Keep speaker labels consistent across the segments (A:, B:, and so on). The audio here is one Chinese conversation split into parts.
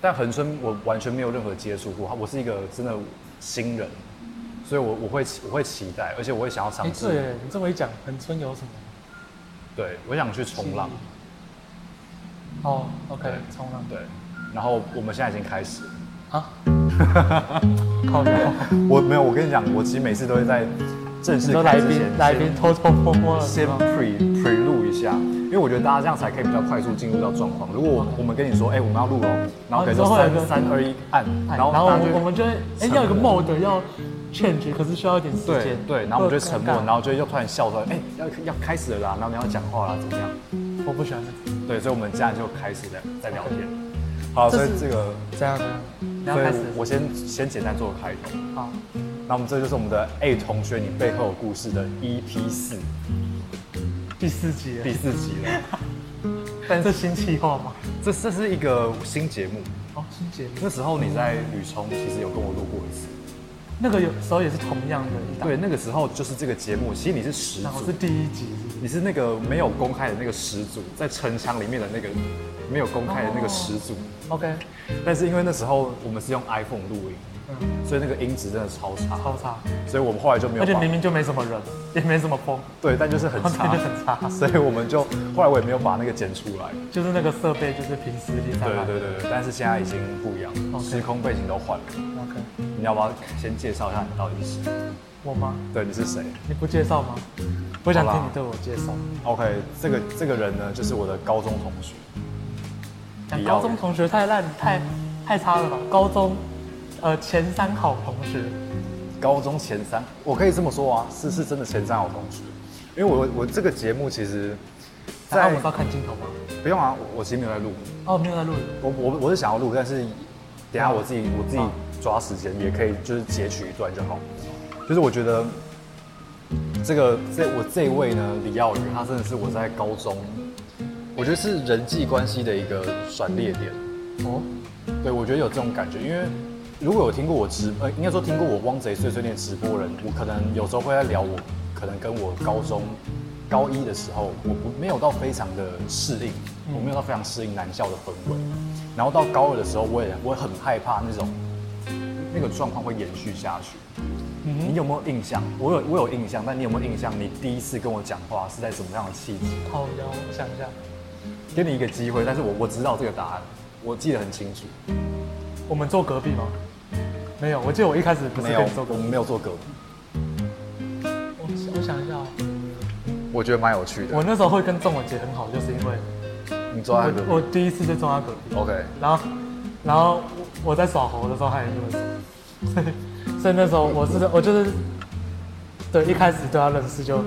A: 但恒春我完全没有任何接触过，我是一个真的新人，所以我我会我会期待，而且我会想要尝
B: 哎，
A: 试。
B: 对耶，你这么一讲，恒春有什么？
A: 对，我想去冲浪。
B: 哦，OK，
A: 对
B: 冲浪。
A: 对，然后我们现在已经开始了。
B: 啊？ 靠腰！
A: 我没有，我跟你讲，我其实每次都会在正
B: 你
A: 式
B: 说
A: 开
B: 来
A: 始前
B: 宾来宾嗯偷偷摸摸了，
A: 先先 pre pre 录一下，因为我觉得大家这样才可以比较快速进入到状况。如果我我们跟你说，哎、我们要录哦，然后可能就
B: 哦你说会有一
A: 三
B: 个
A: 三二一按，
B: 哎
A: 然后
B: 然后
A: 大
B: 我
A: 家
B: 们
A: 就
B: 我们就会哎要有一个 mode 要 change，可是需要一点时
A: 对
B: 间。
A: 对，然后我们就会
B: 会
A: 沉
B: 尴
A: 默，
B: 尬
A: 然后就就突然笑出来，哎、要要开始了啦，然后你要讲话啦，怎么样？
B: 我不喜欢这
A: 对，所以我们现在就开始在在聊天。好，
B: 这
A: 所以
B: 是
A: 这个，
B: 这样的。你要
A: 所以
B: 开始哦
A: 我先先简单做个开头。
B: 好，
A: 那我们这就是我们的 A 同学，你背后有故事的 EP 四
B: 第四集了
A: 第，四集了。
B: 但是新气候嘛，
A: 这这是一个新节目。
B: 哦，新节目
A: 那时候你在旅冲，其实有跟我录过一次。
B: 那个有时候也是同样的一档，
A: 对，那个时候就是这个节目，其实你是始
B: 然后
A: 祖
B: 是，第一集是不是
A: 你是那个没有公开的那个始祖，在城墙里面的那个没有公开的那个始祖。
B: ，OK，
A: 但是因为那时候我们是用 iPhone 录音，
B: 嗯，
A: 所以那个音质真的超差，
B: 超差，
A: 所以我们后来就没有
B: 而且
A: 把。
B: 明明就没什么人，也没什么风，
A: 对，但就是很差
B: 对，很差
A: 所以我们就后来我也没有把那个剪出来。
B: 就是那个设备就是凭实力在
A: 对
B: 来。
A: 对对对，但是现在已经不一样了，
B: OK
A: 时空背景都换了。
B: OK，
A: 你要不要先介绍一下你到底是谁？
B: 我吗？
A: 对，你是谁？
B: 你不介绍吗？我想
A: 好啦
B: 听你对我介绍。
A: OK，这个这个人呢，就是我的高中同学。
B: 讲
A: 李
B: 高
A: 耀
B: 中
A: 仁
B: 同学太烂太太差了吧？高中，呃，前三好同学，
A: 高中前三，我可以这么说啊，是是真的前三好同学。因为我我这个节目其实
B: 然后
A: 在，
B: 我们是要看镜头吗？
A: 不用啊，我我其实没有在录，
B: 哦，没有在录影，
A: 我我我是想要录，但是等一下我自己我自
B: 好
A: 己抓时间也可以，就是截取一段就好。就是我觉得这个这我这一位呢，李耀宇，他真的是我在高中，我觉得是人际关系的一个转捩点。
B: 哦，
A: 对，我觉得有这种感觉，因为如果有听过我直，呃，应该说听过我汪贼碎碎念直播人，我可能有时候会在聊我，可能跟我高中高一的时候，我不没有到非常的适应，我没有到非常适应男校的氛围，然后到高二的时候，我也我也很害怕那种那个状况会延续下去。
B: 嗯
A: 你有没有印象？我有我有印象，但你有没有印象？你第一次跟我讲话是在什么样的契机？
B: 好呀，我想一下，
A: 给你一个机会，但是我我知道这个答案，我记得很清楚。
B: 我们坐隔壁吗？没有，我记得我一开始不是
A: 没
B: 跟
A: 有
B: 你坐，隔
A: 我
B: 壁
A: 们，没有做隔壁。
B: 我想我想一下哦，
A: 我觉得蛮有趣的。
B: 我那时候会跟仲文杰很好，就是因为
A: 你坐在隔
B: 我我
A: 壁
B: 第一次就坐他隔壁，
A: ，OK，
B: 然后然后我我在耍猴的时候他也认识，所以 所以那时候我是我就是对一开始对他认识就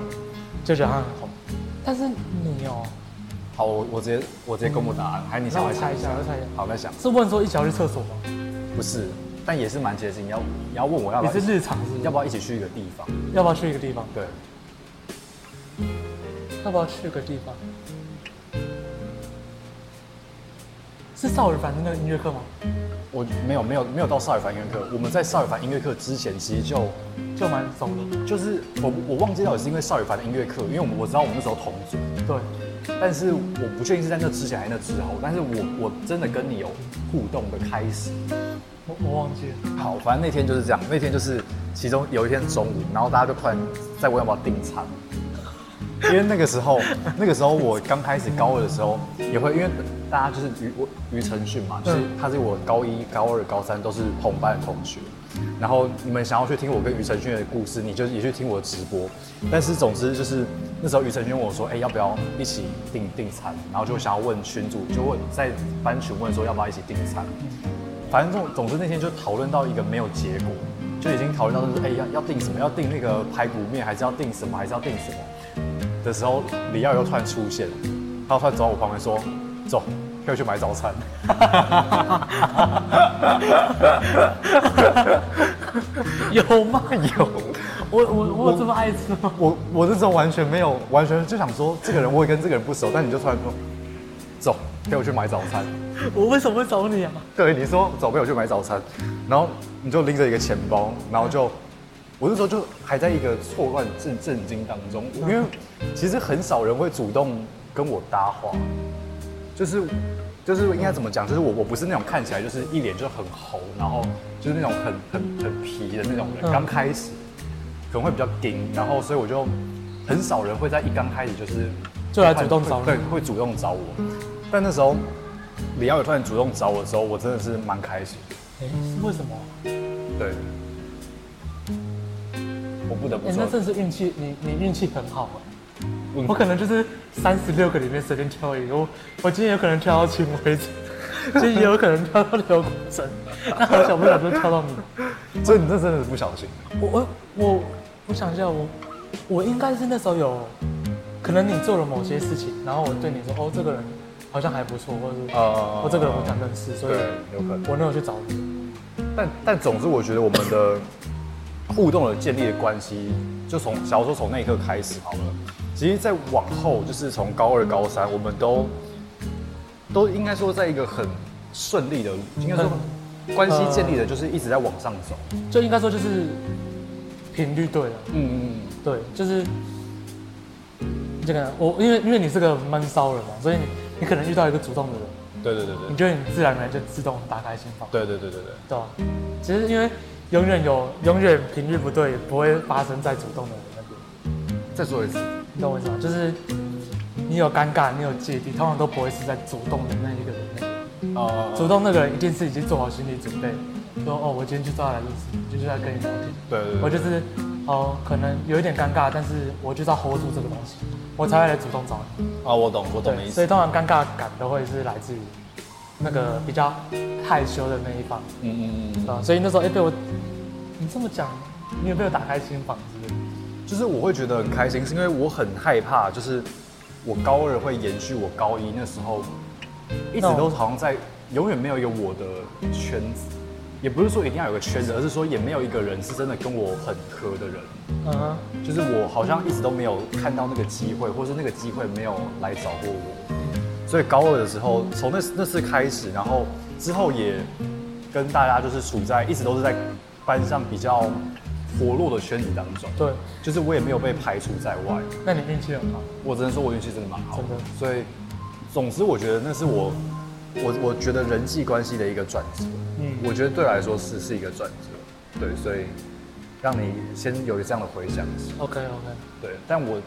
B: 就觉得他很红，但是你哦、
A: 好，我我直接我直接公布答案，还是你
B: 让
A: 想
B: 嗯
A: 来
B: 我猜
A: 想
B: 一下，我猜一下，
A: 好，再想，
B: 是问说一起要去厕所吗？
A: 不是，但也是蛮接近。你要你要问我要不要
B: 你是
A: 一起，
B: 日常是不是
A: 要不要一起去一个地方？
B: 要不要去一个地方？
A: 对，
B: 要不要去个地方？是邵尔凡的那个音乐课吗？
A: 我没有没有没有到少羽凡音乐课，我们在少羽凡音乐课之前，其实就
B: 就蛮熟的，
A: 就是我我忘记到底是因为少羽凡的音乐课，因为我们我知道我们那时候同组，
B: 对，
A: 但是我不确定是在那之前还是那之后，但是我我真的跟你有互动的开始。
B: 我我忘记了。
A: 好，反正那天就是这样，那天就是其中有一天中午，然后大家就突然在问要不要订餐，因为那个时候，那个时候我刚开始高二的时候，也会因为大家就是于我于承训嘛，就是
B: 嗯
A: 他是我高一、高二、高三都是同班的同学，然后你们想要去听我跟于承训的故事，你就也去听我的直播，但是总之就是那时候于承训问我说，哎、要不要一起订订餐，然后就想要问群主，就问在班群问说要不要一起订餐，反正总总之那天就讨论到一个没有结果，就已经讨论到就是哎、要要订什么，要订那个排骨面，还是要订什么，还是要订什么的时候，李耀又突然出现，他突然走到我旁边说：“走，要去买早餐。”
B: 有吗？
A: 有，
B: 我我我有这么爱吃吗？
A: 我我那时候完全没有，完全就想说这个人我也跟这个人不熟，但你就突然说：“走，陪我去买早餐。”
B: 我为什么会找你啊？
A: 对，你说走陪我去买早餐，然后你就拎着一个钱包，然后就，我那时候就还在一个错乱震震惊当中，因为其实很少人会主动跟我搭话，就是就是应该怎么讲？就是我我不是那种看起来就是一脸就很红，然后就是那种很很很皮的那种人。
B: 嗯
A: 刚开始可能会比较硬，然后所以我就很少人会在一刚开始就是
B: 就来主动找你
A: 对，会主动找我。但那时候李耀友突然主动找我的时候，我真的是蛮开心的。
B: 哎、是为什么啊？
A: 对，我不得
B: 哎、
A: 不说
B: 那，真的是运气，你你运气很好哎、
A: 嗯
B: 我可能就是三十六个里面随便挑一个，我我今天有可能挑到秦伟哲，今天也有可能挑到刘国珍，那我想不想就挑到你？
A: 所以你这真的是不小心。
B: 我我我我想一下，我我应该是那时候有，可能你做了某些事情，然后我对你说，哦，这个人好像还不错，或者是、
A: 呃
B: 哦我这个人我想认识，所以
A: 对，有可能。
B: 我那有去找你。
A: 但但总之，我觉得我们的互动的建立的关系，就从假如说从那一刻开始好了。其实，在往后，就是从高二、高三，我们都都应该说在一个很顺利的，应该说关系建立的，就是一直在往上走。
B: 就应该说就是频率对了，
A: 嗯嗯
B: 对，就是这个我因为因为你是个闷骚人嘛，所以你你可能遇到一个主动的人，
A: 嗯，对对对
B: 你就很自然而然就自动打开心房，
A: 对对对对对对。
B: 对吧？其实因为永远有永远频率不对，不会发生在主动的人那边。
A: 再说一次，
B: 你懂我意思吗？就是你有尴尬，你有芥蒂，通常都不会是在主动的那一个人那边。
A: 呃，
B: 主动那个人一定是已经做好心理准备，说哦，我今天就是要来认识你，就是要跟你聊天。
A: 对对对，
B: 我就是哦，可能有一点尴尬，但是我就是要 hold 住这个东西，我才会来主动找你。
A: 啊，我懂我懂你意
B: 所
A: 思
B: 以。通常尴尬感都会是来自于那个比较害羞的那一方
A: 嗯嗯嗯嗯，
B: 啊、所以那时候哎、被我你这么讲，你有没有打开心房之类的？
A: 就是我会觉得很开心，是因为我很害怕，就是我高二会延续我高一那时候，一直都好像在永远没有一个我的圈子，也不是说一定要有个圈子，而是说也没有一个人是真的跟我很合的人，
B: 嗯哼。
A: 就是我好像一直都没有看到那个机会，或是那个机会没有来找过我，所以高二的时候，从那那次开始，然后之后也跟大家就是处在一直都是在班上比较活络的圈子当中。
B: 对，
A: 就是我也没有被排除在外，
B: 那你运气很好。
A: 我只能说我运气真的蛮好的
B: 真的。
A: 所以，总之我觉得那是我，我我觉得人际关系的一个转折。嗯
B: 嗯，
A: 我觉得对我来说是是一个转折。对，所以让你先有这样的回想。
B: OK OK。
A: 对，但我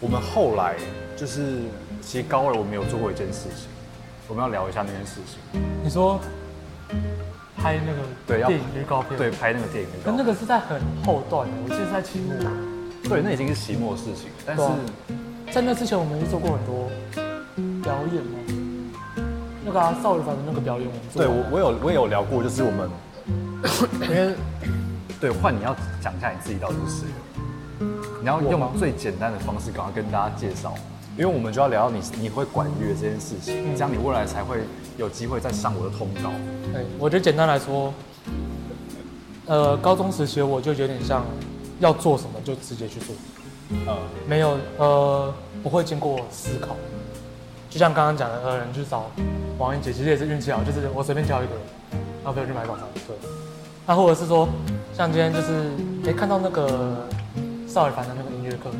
A: 我们后来就是，其实高二我们有做过一件事情，我们要聊一下那件事情。
B: 你说拍那个
A: 对，要
B: 电影预告片，
A: 对，，拍那个电影预告片
B: 可那个是在很后段的，我记得是在期末，
A: 对，那已经是期末的事情，但是
B: 对啊在那之前我们是做过很多表演吗？那个啊，少儿团的那个表演我们做
A: 对
B: 完
A: 我
B: 了，
A: 我有我也有聊过，就是我们
B: 因为
A: 对，换你要讲一下你自己到底是谁了，你要
B: 我吗
A: 用最简单的方式赶快跟大家介绍，因为我们就要聊到你你会管乐这件事情，
B: 嗯
A: 这样你未来才会有机会再上我的通告。
B: 哎，我觉得简单来说，呃，高中时期我就有点像要做什么就直接去做，
A: 呃，
B: 没有呃不会经过思考，就像刚刚讲的，呃，人去找王英姐，其实也是运气好，就是我随便挑一个人，然后陪我去买早餐，对。那或者是说，像今天就是诶看到那个邵尔凡的那个音乐课，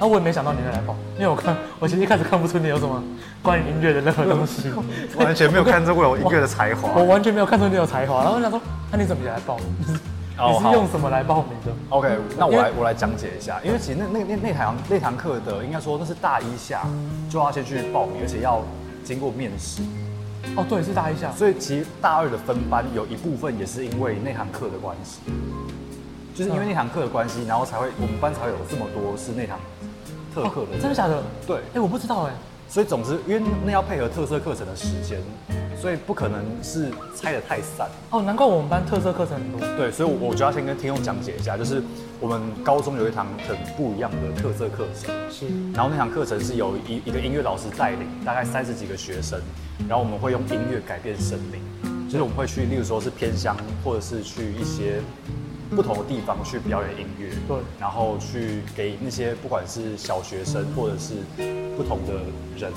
B: 那我也没想到你会来报，因为我看我其实一开始看不出你有什么关于音乐的任何东 西，
A: 完全没有看出过我音乐的才华
B: 我完全没有看出你有才华，然后我想说，啊那、你怎么也来报？你是
A: 哦
B: 你
A: 好
B: 是用什么来报名的？
A: OK，那我
B: 因为
A: 来我来讲解一下，因为其实那那那那堂那堂课的，应该说那是大一下就要先去报名，而且要经过面试，
B: 哦，对，是大一下，
A: 所以其实大二的分班有一部分也是因为那堂课的关系，就是
B: 嗯
A: 因为那堂课的关系，然后才会我们班才会有这么多是那堂特课的人、
B: 哦真的假的？
A: 对，
B: 哎、我不知道哎、
A: 所以总之，因为那要配合特色课程的时间，所以不可能是拆的太散。
B: 哦，难怪我们班特色课程很多。
A: 对，所以我我就要先跟听众讲解一下，就是我们高中有一堂很不一样的特色课程，
B: 是，
A: 然后那堂课程是由一一个音乐老师带领，大概三十几个学生，然后我们会用音乐改变生命，就是我们会去，例如说是偏乡，或者是去一些不同的地方去表演音乐，
B: 对
A: 然后去给那些不管是小学生或者是不同的人，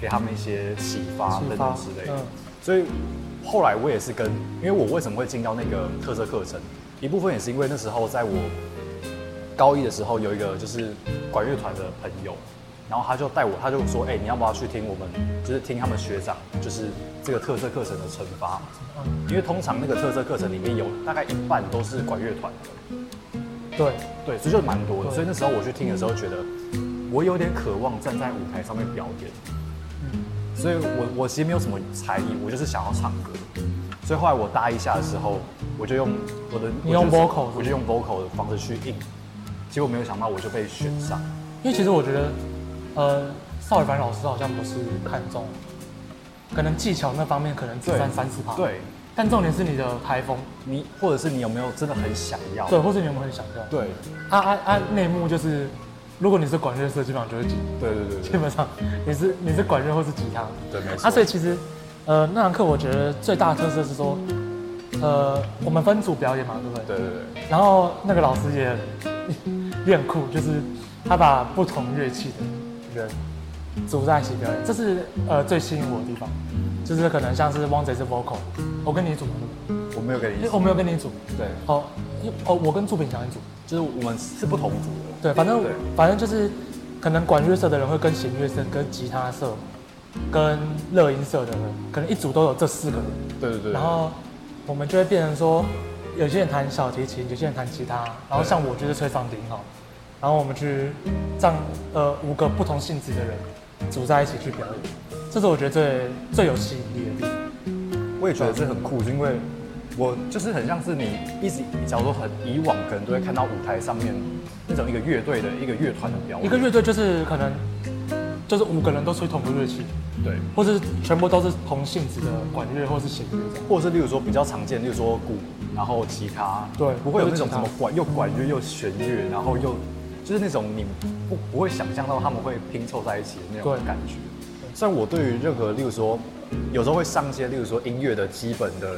A: 给他们一些启发
B: 启
A: 啊等
B: 发
A: 等之类的。
B: 嗯
A: 所以后来我也是跟，因为我为什么会进到那个特色课程，一部分也是因为那时候在我高一的时候有一个就是管乐团的朋友，然后他就带我，他就说，哎、你要不要去听我们，就是听他们学长，就是这个特色课程的惩罚，
B: 嗯，
A: 因为通常那个特色课程里面有大概一半都是管乐团的，
B: 对，
A: 对，所以就蛮多的。
B: 对
A: 所以那时候我去听的时候，觉得我有点渴望站在舞台上面表演，
B: 嗯
A: 所以我我其实没有什么才艺，我就是想要唱歌。所以后来我大一下的时候，我就用我的
B: 你用
A: 我就是
B: vocal 是吗
A: 我就用 vocal 的方式去硬，结果没有想到我就被选上。
B: 因为其实我觉得，呃，邵雨凡老师好像不是看重，可能技巧那方面可能只
A: 对
B: 占三四趴，，
A: 对
B: 但重点是你的台风，
A: 你，或者是你有没有真的很想要？
B: 对，或是你有没有很想要？
A: 对
B: 啊啊啊！内幕就是，如果你是管乐社，基本上就是吉，
A: 对对对
B: 基
A: 对
B: 本上你是你是管乐或是吉他。
A: 对，没错。
B: 啊，所以其实，呃，那堂课我觉得最大的特色是说，呃，我们分组表演嘛，对不对？
A: 对对对
B: 然后那个老师也也很酷，就是他把不同乐器的人组在一起表演，这是呃最吸引我的地方，就是可能像是汪贼是 vocal，我跟你组嘛，对不对
A: 对，我没有跟你
B: 因
A: 一
B: 为
A: 起
B: 我没有跟你组，
A: 对，
B: 哦，因为哦，我跟祝品强一组。
A: 就是我们是不同组的。
B: 对，反正
A: 对
B: 反正就是，可能管乐社的人会跟弦乐社、跟吉他社、跟乐音社的人，可能一组都有这四个人。
A: 对对对。
B: 然后我们就会变成说，有些人弹小提琴，有些人弹吉他，然后像我就是吹长笛哈。然后我们去让呃五个不同性质的人组在一起去表演，这是我觉得最最有吸引力的地方。
A: 我也觉得这很酷，是因为我就是很像是你一直，假如说很以往可能都会看到舞台上面那种一个乐队的一个乐团的表演，
B: 一个乐队就是可能就是五个人都吹同个乐器，
A: 对，
B: 或是全部都是同性质的管乐或是弦乐这样。
A: 或者是例如说比较常见，例如说鼓，然后吉他，
B: 对
A: 不会有那
B: 或者
A: 种
B: 吉
A: 什
B: 他
A: 么管又管乐又弦乐，然后又就是那种你不不会想象到他们会拼凑在一起的那种
B: 对
A: 感觉。虽然我对于任何，例如说，有时候会上一些，例如说音乐的基本的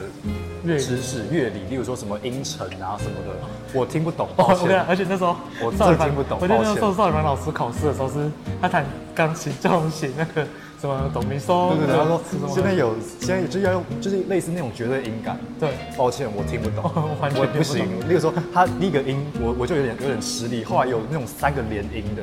B: 乐理
A: 知识、乐理，例如说什么音程啊什么的，我听不懂，
B: 哦，
A: 抱
B: 我跟你讲
A: 歉。
B: 而且那时候
A: 我
B: 邵
A: 真
B: 雨
A: 的
B: 凡
A: 听不懂
B: 我记得那时
A: 抱
B: 候
A: 歉
B: 邵雨凡老师考试的时候是，他弹钢琴叫我们写那个什么哆咪嗦，
A: 对对对，他说
B: 什么
A: 现在有，现在就要用，就是类似那种绝对音感。
B: 对，
A: 抱歉，我听不懂
B: 我， 完全
A: 我
B: 听
A: 不
B: 不懂
A: 行。例如说，他第一个音，我我就有点有点吃力。后来有那种三个连音的，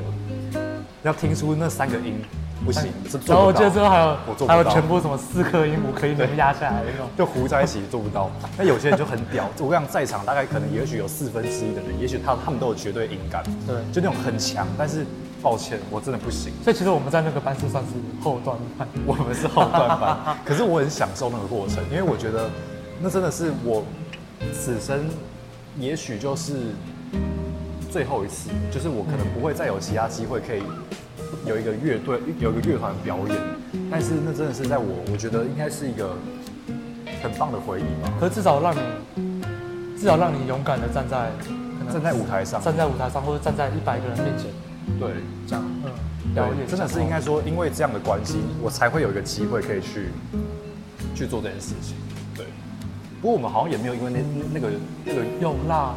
A: 要听出那三个音，不行，是做不到。
B: 哎然后我记得最后还有
A: 我做不到
B: 还有全部什么四颗音五颗音全部压下来的那种，
A: 就糊在一起做不到。那有些人就很屌，我跟你讲，在场大概可能也许有四分之一的人，也许他他们都有绝对音感，
B: 对
A: 就那种很强，但是抱歉，我真的不行。
B: 所以其实我们在那个班是算是后段班，
A: 我们是后段班，可是我很享受那个过程，因为我觉得那真的是我此生，也许就是最后一次，就是我可能不会再有其他机会可以有一个乐队、有一个乐团表演，但是那真的是在我，我觉得应该是一个很棒的回忆吧。
B: 可是至少让你至少让你勇敢的站在可能
A: 站在舞台上
B: 站在舞台上或者站在一百个人面前
A: 对，
B: 这样，嗯，
A: 表
B: 表演
A: 演真的是应该说，因为这样的关系，我才会有一个机会可以去去做这件事情。对，不过我们好像也没有因为那那个那个
B: 有啦，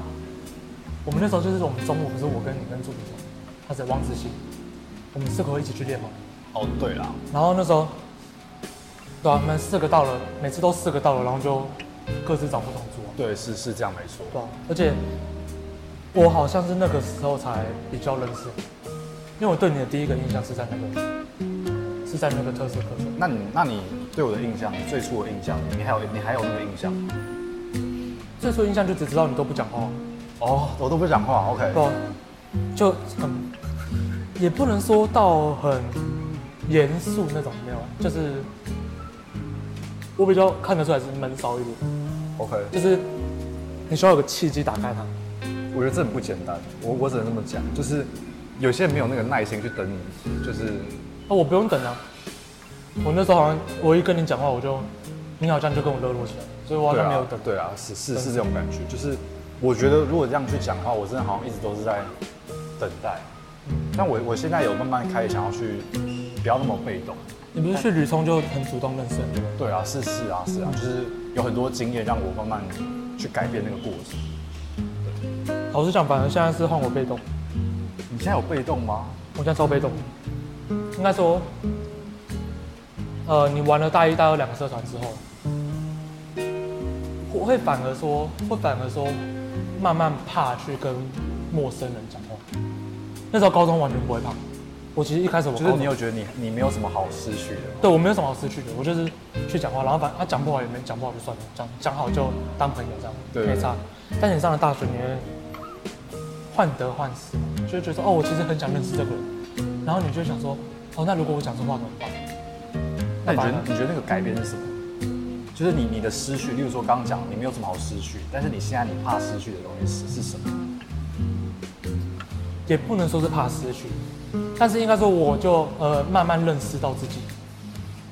B: 我们那时候就是我们中午不是我跟你跟朱炳强，他在汪志兴，我们四个会一起去练嘛。
A: 哦，对啦，
B: 然后那时候，对啊，我们四个到了，每次都四个到了，然后就各自找不同组啊。
A: 对，是是这样没错。
B: 对啊，而且我好像是那个时候才比较认识你，因为我对你的第一个印象是在那个是在那个特色课程。
A: 那你那你对我的印象，最初的印象，你还有你还有那个印象？
B: 最初印象就只知道你都不讲话，
A: 哦，我都不讲话，OK。
B: 对啊、就嗯，也不能说到很严肃那种，没有啊，就是我比较看得出来是闷骚一点，
A: o k
B: 就是你需要有个契机打开它。
A: 我觉得这很不简单，我我只能这么讲，就是有些人没有那个耐心去等你，就是
B: 啊，我不用等啊。我那时候好像我一跟你讲话，我就你好像就跟我热络起来，所以我好
A: 对
B: 像
A: 啊
B: 没有等。
A: 对啊，是是是这种感觉，就是我觉得如果这样去讲的话，我真的好像一直都是在等待。但我我现在有慢慢开始想要去不要那么被动。
B: 你不是去旅冲就很主动认识人，对不对？
A: 对啊，是是啊是啊，就是有很多经验让我慢慢去改变那个过程。
B: 老实讲，反而现在是换我被动，
A: 你现在有被动吗？
B: 我现在超被动。应该说，呃，你玩了大一、大二两个社团之后，我会反而说，会反而说，慢慢怕去跟陌生人讲话。那时候高中完全不会怕，我其实一开始我
A: 就是
B: 高
A: 哦你
B: 中
A: 有觉得你你没有什么好失去的吗？
B: 对我没有什么好失去的，我就是去讲话，然后反正他讲不好也没讲不好就算了，讲讲好就当朋友这样，
A: 对
B: 没差。但你上了大学，你会患得患失，就会觉得说哦，我其实很想认识这个人，然后你就会想说，哦，那如果我讲错话怎么办？
A: 那你觉得
B: 那反而
A: 你觉得那个改变是什么？就是你你的失去，例如说刚刚讲你没有什么好失去，但是你现在你怕失去的东西是是什么？
B: 也不能说是怕失去，但是应该说我就呃慢慢认识到自己，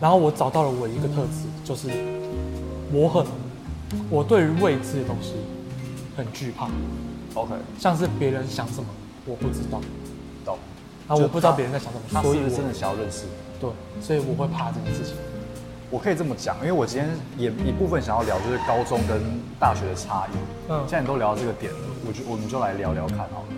B: 然后我找到了我一个特质，就是我很我对于未知的东西很惧怕，
A: OK，
B: 像是别人想什么我不知道。
A: 懂。
B: 啊，
A: 就
B: 我不知道
A: 他
B: 别人在想什么，
A: 他
B: 所
A: 是
B: 以
A: 不
B: 我
A: 是真的想要认识你？
B: 对，所以我会怕这件事情。
A: 我可以这么讲，因为我今天也一部分想要聊就是高中跟大学的差异。
B: 嗯
A: 嗯，既然你都聊到这个点了，我就我们就来聊聊看好了。